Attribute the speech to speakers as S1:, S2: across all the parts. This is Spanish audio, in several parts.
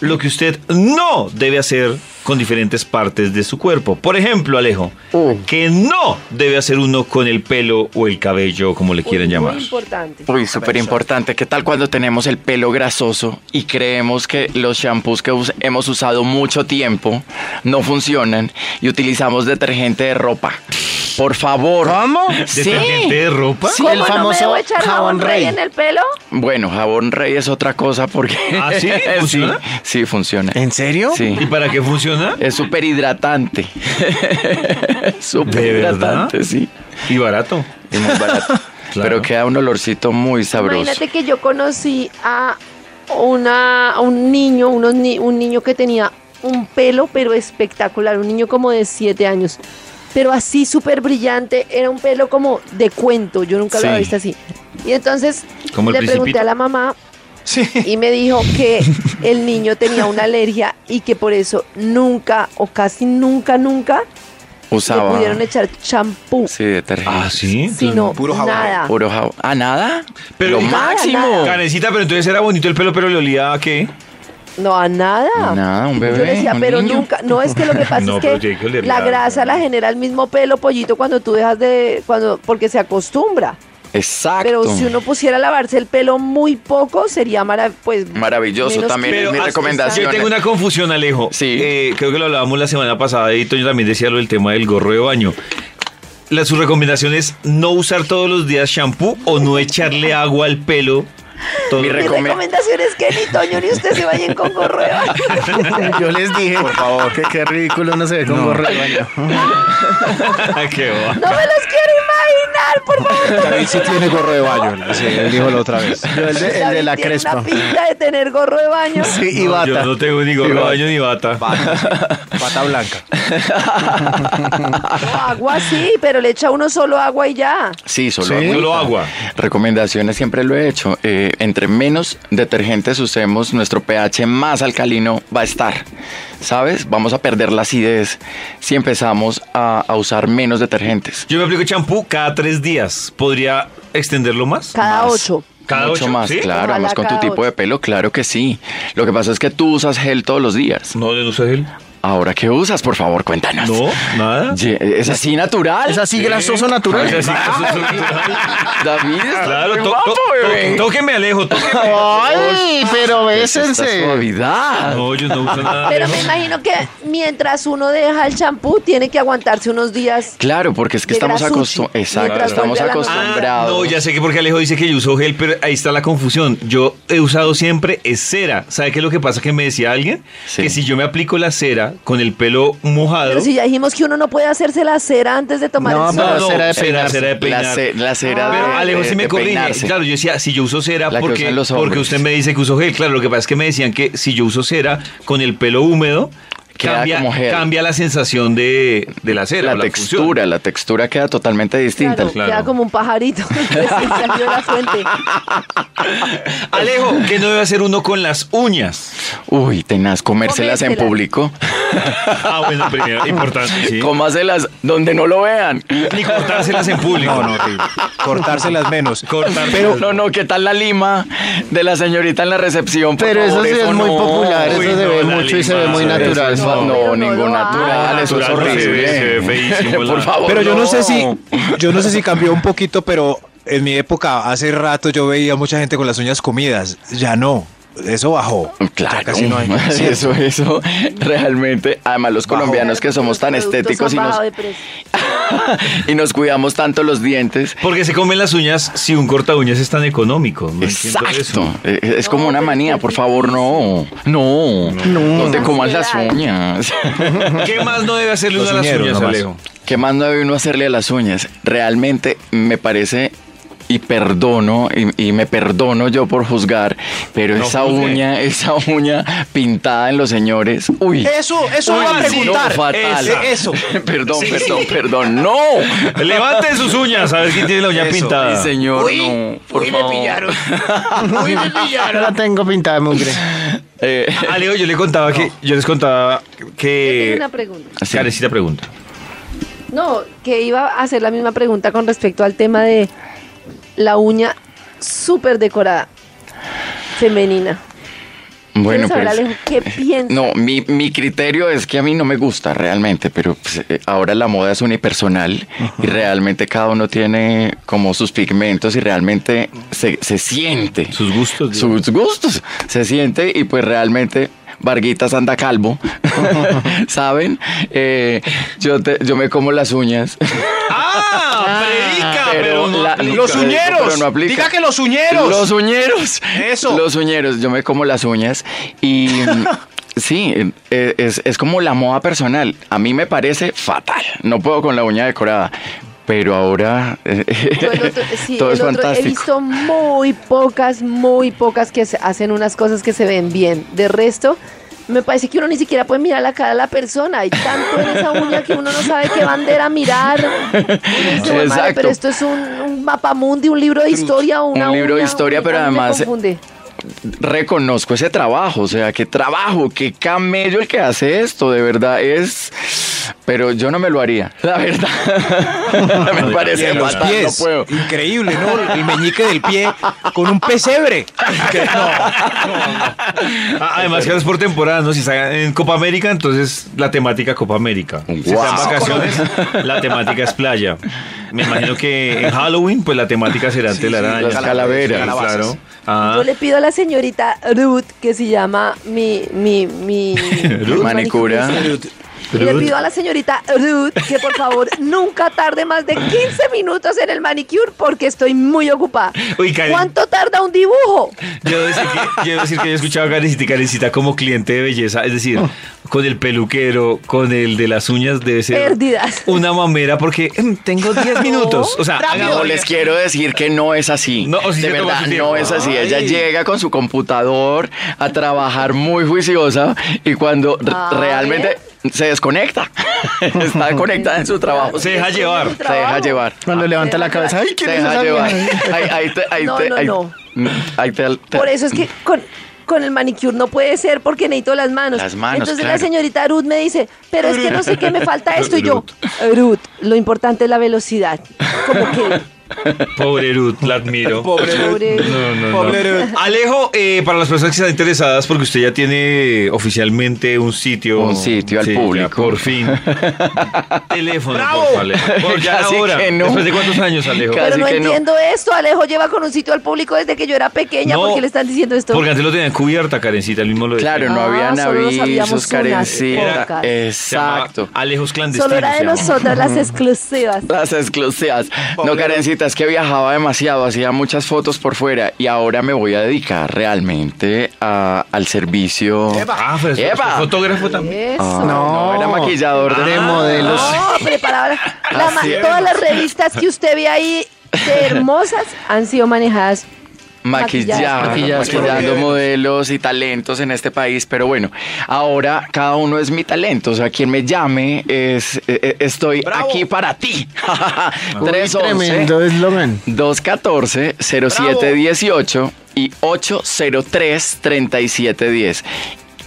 S1: lo que usted no debe hacer con diferentes partes de su cuerpo. Por ejemplo, Alejo,
S2: Uy.
S1: que no debe hacer uno con el pelo o el cabello, como le quieren llamar.
S3: Muy importante.
S2: Uy, súper importante. ¿Qué tal cuando tenemos el pelo grasoso y creemos que los shampoos que us- hemos usado mucho tiempo no funcionan y utilizamos detergente de ropa? Por favor.
S4: ¿Cómo?
S2: Sí.
S1: ¿Detergente de ropa?
S4: Sí.
S3: ¿Cómo
S4: el
S3: no me
S4: famoso
S3: debo echar jabón
S4: jabón
S3: rey
S4: rey.
S3: en el pelo?
S2: Bueno, jabón rey es otra cosa porque.
S1: ¿Ah, sí? ¿Funciona?
S2: Sí, sí, funciona.
S3: ¿Eh?
S4: ¿En serio?
S2: Sí.
S1: ¿Y para qué funciona?
S2: Es súper hidratante. súper
S1: ¿De verdad?
S2: hidratante, sí.
S1: Y barato.
S2: Y muy barato.
S1: Claro.
S2: Pero queda un olorcito muy sabroso.
S3: Imagínate que yo conocí a, una, a un niño, unos ni- un niño que tenía un pelo pero espectacular, un niño como de 7 años, pero así súper brillante, era un pelo como de cuento, yo nunca lo
S2: Sí.
S3: había visto así. Y entonces
S1: Como el
S3: le pregunté
S1: principito.
S3: a la mamá
S4: Sí.
S3: y me dijo que el niño tenía una alergia y que por eso nunca o casi nunca, nunca
S2: Usaba.
S3: le pudieron echar champú,
S2: Sí, detergente.
S1: Ah, sí.
S3: sino
S4: puro jabón.
S3: nada.
S2: Puro jabón. Ah, nada.
S1: Pero-
S2: Lo
S3: Nada,
S2: máximo.
S1: Canecita, pero entonces era bonito el pelo, pero le olía a qué?
S3: No, a nada.
S2: Nada, un
S3: Yo
S2: bebé,
S3: le decía,
S2: un
S3: pero
S2: niño.
S3: nunca, no es que lo que pasa
S1: No,
S3: es
S1: pero
S3: que,
S1: tiene que oler
S3: la
S1: grave,
S3: grasa
S1: ¿no?
S3: la genera el mismo pelo pollito cuando tú dejas de, cuando, porque se acostumbra.
S2: Exacto.
S3: Pero si uno pusiera a lavarse el pelo muy poco, sería mara- pues,
S2: Maravilloso
S3: menos
S2: también
S3: que-
S2: es mi
S1: haz-
S2: recomendación.
S1: Yo tengo una confusión, Alejo.
S2: Sí.
S1: Eh, creo que lo hablábamos la semana pasada y Toño también decía lo del tema del gorro de baño. La, su recomendación es no usar todos los días shampoo o no echarle agua al pelo. todo-
S2: Mi
S3: Mi
S2: recom-
S3: recomendación es que ni Toño ni usted se vayan con correo.
S4: Yo les dije, por favor, que qué ridículo no se ve con
S1: No.
S4: gorro de baño.
S1: Ah, qué va.
S3: No me los quiero imaginar, por favor.
S5: David sí tiene gorro de baño. Sí, él dijo la otra vez.
S4: Yo el de, el de
S3: David
S4: la
S3: tiene
S4: crespa.
S3: Una pinta de tener gorro de baño.
S4: Sí, y
S1: No,
S4: bata.
S1: Yo no tengo ni gorro de
S4: bata.
S1: baño ni bata.
S5: Pata blanca.
S3: No, agua sí, pero le echa uno solo agua y ya.
S2: Sí, solo
S4: Sí.
S2: agüita.
S1: Solo agua.
S2: Recomendaciones siempre lo he hecho. eh, entre menos detergentes usemos, nuestro pH más alcalino va a estar. ¿Sabes? Vamos a perder la acidez si empezamos a, a usar menos detergentes.
S1: Yo me aplico champú cada tres días. ¿Podría extenderlo más?
S3: Cada
S2: Más.
S3: ocho.
S1: Cada
S2: Mucho
S1: ocho,
S2: más,
S1: ¿sí?
S2: claro,
S3: Ojalá
S2: más con tu
S3: cada
S2: tipo
S3: ocho.
S2: de pelo, claro que sí. Lo que pasa es que tú usas gel todos los días.
S1: No, yo no usé él.
S2: Ahora, ¿qué usas? Por favor, cuéntanos.
S1: No, nada.
S2: Ye- Es así natural.
S4: Es así grasoso
S1: Ah,
S4: natural.
S1: es así, eso es natural.
S2: David, estás
S1: Claro,
S2: muy
S1: to-
S2: guapo,
S1: to- to-
S2: bebé.
S1: tóqueme Alejo, tóqueme.
S4: Ay, pero
S2: Esta
S4: bésense.
S2: suavidad.
S1: No, yo no uso nada.
S3: Pero
S1: Alejo.
S3: me imagino que mientras uno deja el champú, tiene que aguantumbrarse unos días.
S2: Claro, porque es que
S3: De
S2: estamos,
S3: grasuchi,
S2: acostum- Exacto,
S3: mientras
S2: estamos
S3: vuelve a la norma.
S1: Ah,
S2: acostumbrados.
S1: no, ya sé que porque Alejo dice que yo uso gel, pero ahí está la confusión. Yo he usado siempre es cera. ¿Sabe qué es lo que pasa? Que me decía alguien
S2: Sí.
S1: que si yo me aplico la cera con el pelo mojado.
S3: Pero si ya dijimos que uno no puede hacerse la cera antes de tomar
S4: No,
S3: el
S1: no,
S3: sol.
S4: pero-
S1: no,
S4: cera de
S1: cera,
S4: peinarse.
S1: cera de peinar.
S2: La, ce- la cera de-
S1: Pero
S2: de-
S1: Alejo sí me
S2: de
S1: corrige.
S2: peinarse.
S1: Claro, yo decía, si yo uso cera,
S2: La que
S1: porque,
S2: usan los hombres.
S1: porque usted me dice que uso gel. Claro, lo que pasa es que me decían que si yo uso cera con el pelo húmedo,
S2: Queda
S1: cambia,
S2: como gel.
S1: cambia la sensación de, de la cera.
S2: La,
S1: o
S2: textura,
S1: función.
S2: la textura queda totalmente distinta.
S3: Claro,
S1: claro.
S3: queda como un pajarito que se salió de la fuente.
S1: Alejo, ¿qué no debe hacer uno con las uñas?
S2: Uy, tenaz, comérselas en
S3: Comérselas.
S2: público.
S1: Ah, bueno, primero, importante, sí.
S2: Comáselas donde no lo vean.
S1: Ni cortárselas en público.
S5: No, no, horrible. Cortárselas menos.
S1: Cortárselas.
S5: Pero
S2: No, no, ¿qué tal la lima de la señorita en la recepción? Por
S4: Pero eso
S2: favor,
S4: sí es muy
S2: no.
S4: popular,
S1: Uy,
S4: eso se
S1: no,
S4: ve
S1: la
S4: mucho y se ve
S1: lima,
S4: muy
S1: eso es
S4: natural.
S2: Eso es-
S3: No,
S2: no,
S3: pero no
S2: ningún
S3: lo
S2: natural,
S3: hagas.
S2: eso es
S1: Natural no se
S2: horrible.
S1: ve, se ve feísimo,
S2: Por
S1: la-
S2: favor.
S5: Pero yo no sé
S2: no.
S5: si, yo no sé si cambió un poquito, pero en mi época, hace rato, yo veía mucha gente con las uñas comidas. Ya no. Eso bajó.
S2: Claro,
S5: Ya casi no hay.
S2: Sí, eso, eso, realmente. Además, los colombianos que somos tan
S3: Los productos
S2: estéticos y
S3: han
S2: nos,
S3: bajado de precio.
S2: y nos cuidamos tanto los dientes.
S1: Porque se comen las uñas si un corta uñas es tan económico. No entiendo
S2: Exacto.
S1: eso.
S2: Eh, Es como
S3: No,
S2: una
S3: pero
S2: manía,
S3: es
S2: por favor, no. No. No te comas las
S3: Ansiedad.
S2: uñas.
S1: ¿Qué más no debe hacerle
S5: Los
S1: uno a las
S5: uñeros
S1: uñas,
S5: nomás.
S1: Alejo?
S2: ¿Qué más no debe uno hacerle a las uñas? Realmente me parece y perdono y, y me perdono yo por juzgar, pero
S1: No
S2: esa
S1: juzgue.
S2: uña, esa uña pintada en los señores, uy.
S4: Eso, eso
S1: Uy,
S4: iba a
S1: sí,
S4: preguntar.
S2: no, fatal.
S4: Eh, Eso.
S2: perdón, perdón, perdón. No.
S1: Levanten sus uñas, a ver quién tiene la uña
S5: Eso,
S1: pintada.
S2: Ay, señor, no. Por favor.
S4: Uy, me pillaron. la tengo pintada de mugre.
S2: Eh,
S1: Alejo, yo le contaba que. Yo les contaba
S3: Tengo
S1: que.
S3: una pregunta.
S2: Sí.
S1: Carecita pregunta.
S3: No, que iba a hacer la misma pregunta con respecto al tema de la uña súper decorada femenina.
S2: Bueno,
S3: Quiero saber,
S2: pues,
S3: Alejo, ¿qué piensas?
S2: No, mi, mi criterio es que a mí no me gusta realmente, pero pues, eh, ahora la moda es unipersonal y realmente cada uno tiene como sus pigmentos y realmente se, se siente.
S1: Sus gustos. digamos.
S2: Sus gustos. Se siente y pues realmente... Varguitas anda calvo, ¿saben? Eh, yo, te- yo me como las uñas.
S1: ¡Ah! Predica, pero, no
S2: la-
S1: aplica.
S2: Los uñeros. Pero no aplica. Diga que
S5: los uñeros.
S2: Los uñeros.
S5: Eso.
S2: Los uñeros. Yo me como las uñas y. mm, Sí, eh, es, es como la moda personal. A mí me parece fatal. No puedo con la uña decorada. Pero ahora eh,
S3: Yo el otro- sí,
S2: todo
S3: el
S2: es
S3: otro- he
S2: fantástico.
S3: visto muy pocas, muy pocas que se- hacen unas cosas que se ven bien. De resto, me parece que uno ni siquiera puede mirar la cara de la persona. Hay tanto en esa uña que uno no sabe qué bandera mirar. Uno dice, "Jue madre,
S2: Exacto.
S3: pero esto es un, un mapamundi, un libro de historia,
S2: Un
S3: una
S2: libro de
S3: uña,
S2: historia,
S3: a
S2: pero
S3: mí me
S2: además-
S3: confunde.
S2: Reconozco ese trabajo. O sea, qué trabajo, qué camello el que hace esto. De verdad es. Pero yo no me lo haría. La verdad. me
S5: Y
S2: parece
S5: en los
S2: fatal.
S5: pies.
S2: No puedo.
S5: Increíble, ¿no? El meñique del pie con un pesebre. Que- no,
S1: Ah, además, que es por temporada, ¿no? Si están en Copa América, entonces la temática Copa América. Si
S2: Wow.
S1: están en vacaciones, la temática es playa. Me imagino que en Halloween, pues la temática será telaraña.
S2: las calaveras.
S1: Claro. Ah,
S3: Yo le pido a la señorita Ruth, que se llama mi... mi, mi
S1: Ruth.
S2: Manicura.
S3: manicurista. Y le
S1: Ruth.
S3: pido a la señorita Ruth que por favor nunca tarde más de 15 minutos en el manicure porque estoy muy ocupada.
S1: Uy, Karen.
S3: ¿Cuánto tarda un dibujo?
S1: Yo debo decir que yo, debo decir que yo he escuchado a Karencita y Karencita como cliente de belleza, es decir, con el peluquero, con el de las uñas, debe ser
S3: Pérdidas.
S1: una mamera porque "Em, tengo 10 minutos. O sea,
S3: rápido.
S1: haga-
S2: No, les quiero decir que no es así.
S1: No, sí
S2: de
S1: se toma
S2: verdad,
S1: su tiempo.
S2: no es así. Ella
S5: Ay.
S2: llega con su computador a trabajar muy juiciosa y cuando r-
S3: Ah,
S2: realmente se desconecta, está conectada en su trabajo.
S1: Se deja llevar.
S2: Se deja llevar.
S3: Ah,
S4: Cuando levanta la cabeza, ¡ay,
S2: Se
S4: quién es
S2: deja
S4: esa
S2: llevar.
S4: vieja?
S2: Ahí, ahí te, ahí
S3: No,
S2: te-
S3: no,
S2: ahí- mm,
S3: no.
S2: ahí te- te-
S3: Por eso es que con, con el manicure no puede ser porque necesito las manos.
S2: Las manos,
S3: Entonces la
S2: claro.
S3: señorita Ruth me dice, pero es que no sé qué me falta esto. Y yo, Ruth, lo importante es la velocidad. Como que,
S1: Pobre Ruth, la admiro.
S5: pobre.
S3: pobre-
S1: No, no, no.
S5: Pobre Ruth.
S1: Alejo, eh, para las personas que están interesadas, porque usted ya tiene oficialmente un sitio.
S2: Un sitio al
S1: Sí, ya,
S2: público.
S1: por fin. Teléfono,
S5: Bravo.
S1: porfa, Alejo. Por ya
S2: Casi
S1: ahora.
S2: que no.
S1: Después de cuántos años, Alejo.
S2: Casi
S3: Pero no
S2: que no.
S3: entiendo esto. Alejo lleva con un sitio al público desde que yo era pequeña.
S1: No,
S3: ¿Por qué le están diciendo esto?
S1: Porque antes lo tenían cubierta, Karencita, el mismo lo decía.
S2: Claro, no
S3: Ah,
S2: habían
S3: solo nos
S2: avisos,
S3: habíamos unas
S2: carencita.
S3: pocas.
S1: Se llamaba
S2: Exacto.
S1: Alejos clandestinos.
S3: Solo era
S1: se
S3: de
S1: llamaba.
S3: nosotras las exclusivas.
S2: Las exclusivas. No,
S5: Pobre.
S2: Karencita, es que viajaba demasiado, hacía muchas fotos por fuera y ahora me voy a dedicar realmente a- al servicio.
S1: Ah, pero es-
S2: Epa. Ah,
S1: es fotógrafo también.
S3: Eso.
S4: No.
S2: No, Ah. era maquillador de
S4: De modelos.
S3: No, preparaba la- la ma-
S2: Así es.
S3: todas las revistas que usted ve ahí de hermosas han sido manejadas.
S2: maquillar,
S4: Maquillar.
S2: maquillando modelos y talentos en este país. Pero bueno, ahora cada uno es mi talento. O sea, quien me llame es, eh, eh, estoy aquí para ti.
S4: Uy,
S2: 311.
S4: Tremendo eslogan.
S2: 214-0718 y 803-3710.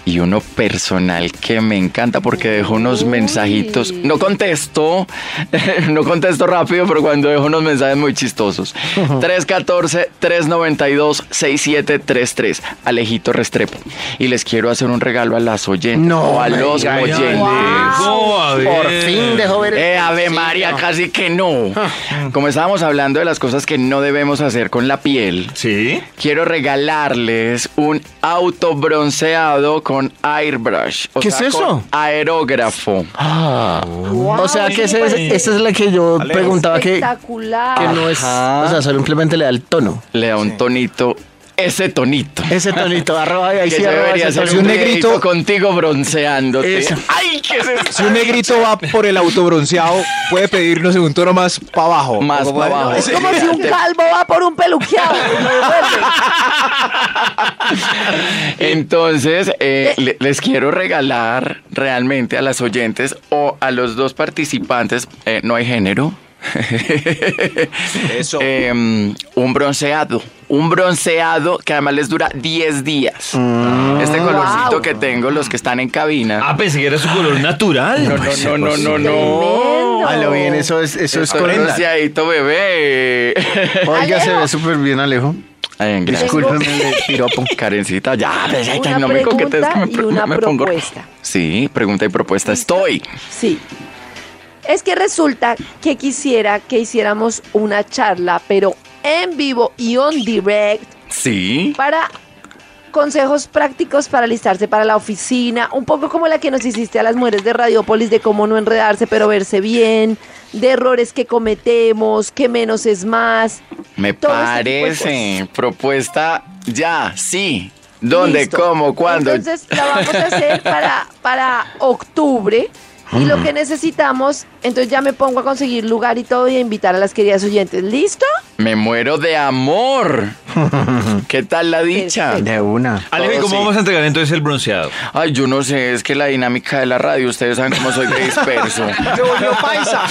S2: Y uno personal que me encanta porque dejo unos
S3: Uy.
S2: mensajitos. No contesto, no contesto rápido, pero cuando dejo unos mensajes muy chistosos. 314-392-6733. Alejito Restrepo. Y les quiero hacer un regalo a las oyentes.
S4: No
S2: o a
S4: me
S2: los
S4: digas.
S2: oyentes.
S1: No, a ver.
S4: Por fin dejó ver el-
S2: Eh, Ave María, casi que no. Como estábamos hablando de las cosas que no debemos hacer con la piel,
S1: Sí.
S2: quiero regalarles un auto bronceado con airbrush. o
S4: ¿Qué es eso?
S2: con aerógrafo.
S4: Ah.
S3: Wow,
S4: o sea, que
S3: sí,
S4: ese-
S3: parece
S4: esa es la que yo preguntaba que,
S3: espectacular.
S4: que no es.
S2: Ajá.
S4: O sea, simplemente le da el tono.
S2: Le da un tonito, ese tonito.
S4: Ese tonito, arroba y ahí
S2: Que
S4: sí,
S2: yo
S4: arroba
S2: debería
S4: ese
S2: hacer
S4: tonito.
S2: un
S5: un negrito-
S2: negrito contigo bronceándote.
S4: Eso.
S2: ¡Ay, qué es esto?
S5: Si un negrito va por el autobronceado, puede pedirnos un tono más para abajo.
S2: Más
S5: Como-
S2: para abajo.
S3: Es como si un calvo va por un peluqueado. lo devuelve.
S2: Entonces, eh,
S3: Eh.
S2: le- les quiero regalar realmente a las oyentes o a los dos participantes, eh, no hay género,
S5: Eso.
S2: eh, un bronceado. Un bronceado que además les dura 10 días.
S3: Mm.
S2: Este colorcito
S3: Wow.
S2: que tengo, los que están en cabina.
S1: Ah, pensé que era su color natural. Pues,
S2: no, no, no, no, no,
S3: Tremendo.
S2: no.
S4: A lo bien, eso es, eso es
S2: Estoy
S4: Corenda.
S2: bronceadito, bebé.
S4: Oiga, se
S3: Alejo.
S4: ve súper bien, Alejo.
S2: Eh, gracias.
S4: Discúlpeme el
S2: piropo. Karencita, ya, pues, ay,
S3: Una
S2: no me coquetes.
S3: pregunta
S2: que me
S3: y
S2: pro-
S3: una
S2: me pongo-
S3: propuesta.
S2: Sí, pregunta y propuesta. Estoy.
S3: Sí. Es que resulta que quisiera que hiciéramos una charla, pero en vivo y on direct,
S2: Sí.
S3: para consejos prácticos para alistarse para la oficina, un poco como la que nos hiciste a las mujeres de Radiopolis de cómo no enredarse pero verse bien, de errores que cometemos, que menos es más.
S2: Me
S3: Todo ese tipo de
S2: parece. Propuesta ya, sí. ¿Dónde,
S3: Listo.
S2: cómo, cuándo?
S3: Entonces la vamos a hacer para, para octubre. Y lo que necesitamos, entonces ya me pongo a conseguir lugar y todo y a invitar a las queridas oyentes. ¿Listo?
S2: Me muero de amor. ¿Qué tal
S3: Este.
S2: la dicha?
S3: Perfecto.
S4: De una.
S1: Alejo, ¿y
S2: Todo
S1: ¿cómo
S2: sí.
S1: vamos a entregar entonces el bronceado?
S2: Ay, yo no sé, es que la dinámica de la radio, ustedes saben cómo soy de disperso.
S4: Se volvió paisa.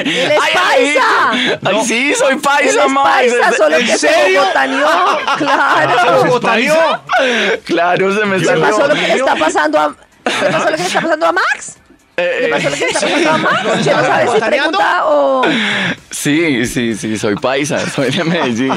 S3: ¡Él es paisa!
S2: Ay, sí, soy
S3: Él es
S2: paisa, más.
S3: paisa, solo que se botaneó. Claro.
S1: ¿Botaneó?
S2: Claro, se me
S3: ¿Le
S2: salió.
S3: pasó lo que le está pasando a... ¿Le pasó lo que le está pasando a Max? ¿Le pasó
S2: eh,
S3: lo que le está pasando a Max? Yo no sabe si pregunta o...
S2: Sí, sí, sí, soy paisa, soy de Medellín.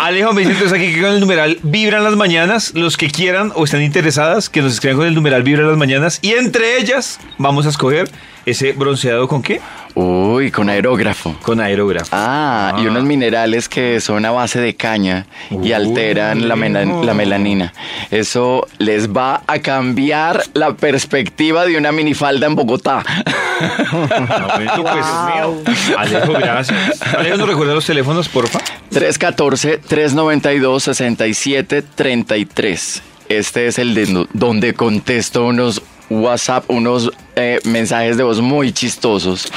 S1: Alejo, me dice entonces aquí que con el numeral Vibran las Mañanas, los que quieran o están interesadas, que nos escriban con el numeral Vibran las Mañanas. Y entre ellas vamos a escoger ese bronceado con qué?
S2: Uy, con aerógrafo.
S1: Con aerógrafo.
S2: Ah, y unos minerales que son a base de caña y alteran la, mela- la melanina. Eso les va a cambiar la perspectiva de una minifalda en Bogotá.
S1: Ah, bueno, pues, Alejo, gracias. Alejo, ¿nos recuerda los teléfonos, porfa?
S2: 314-392-6733. Este es el de no- donde contesto unos WhatsApp, unos eh, mensajes de voz muy chistosos.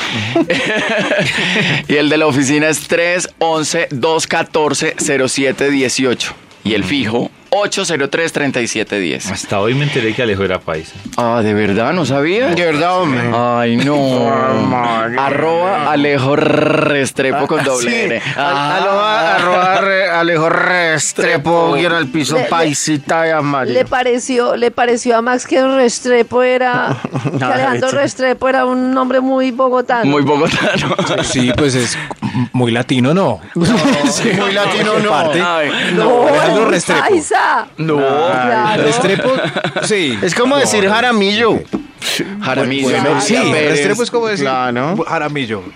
S2: y el de la oficina es 311-214-0718. Y el fijo, 803-3710.
S1: Hasta hoy me enteré que Alejo era paisa.
S2: Ah, ¿de Oh, verdad? ¿No sabía?
S4: De verdad, hombre.
S2: Ay, no. Arroba Alejo Restrepo con doble
S4: Sí.
S2: R.
S4: Al-
S2: Ah,
S4: Arroba, arroba re- Alejo Restrepo, guión al piso,
S3: Le- le-
S4: paisita y amarillo.
S3: ¿Le pareció, ¿Le pareció a Max que Restrepo era... que Alejandro
S4: sí.
S3: Restrepo era un nombre muy bogotano?
S2: Muy bogotano.
S5: Sí, pues es muy latino, ¿no.
S4: Muy latino, no.
S5: Aparte,
S2: Ay,
S3: No,
S5: Alejandro
S3: es
S5: Restrepo.
S3: paisa.
S2: no.
S3: Claro.
S5: Restrepo, sí.
S4: Es como decir Jaramillo.
S2: Jaramillo.
S5: Bueno, sí,
S2: Pérez.
S5: Restrepo es como decir
S4: Claro.
S5: Jaramillo.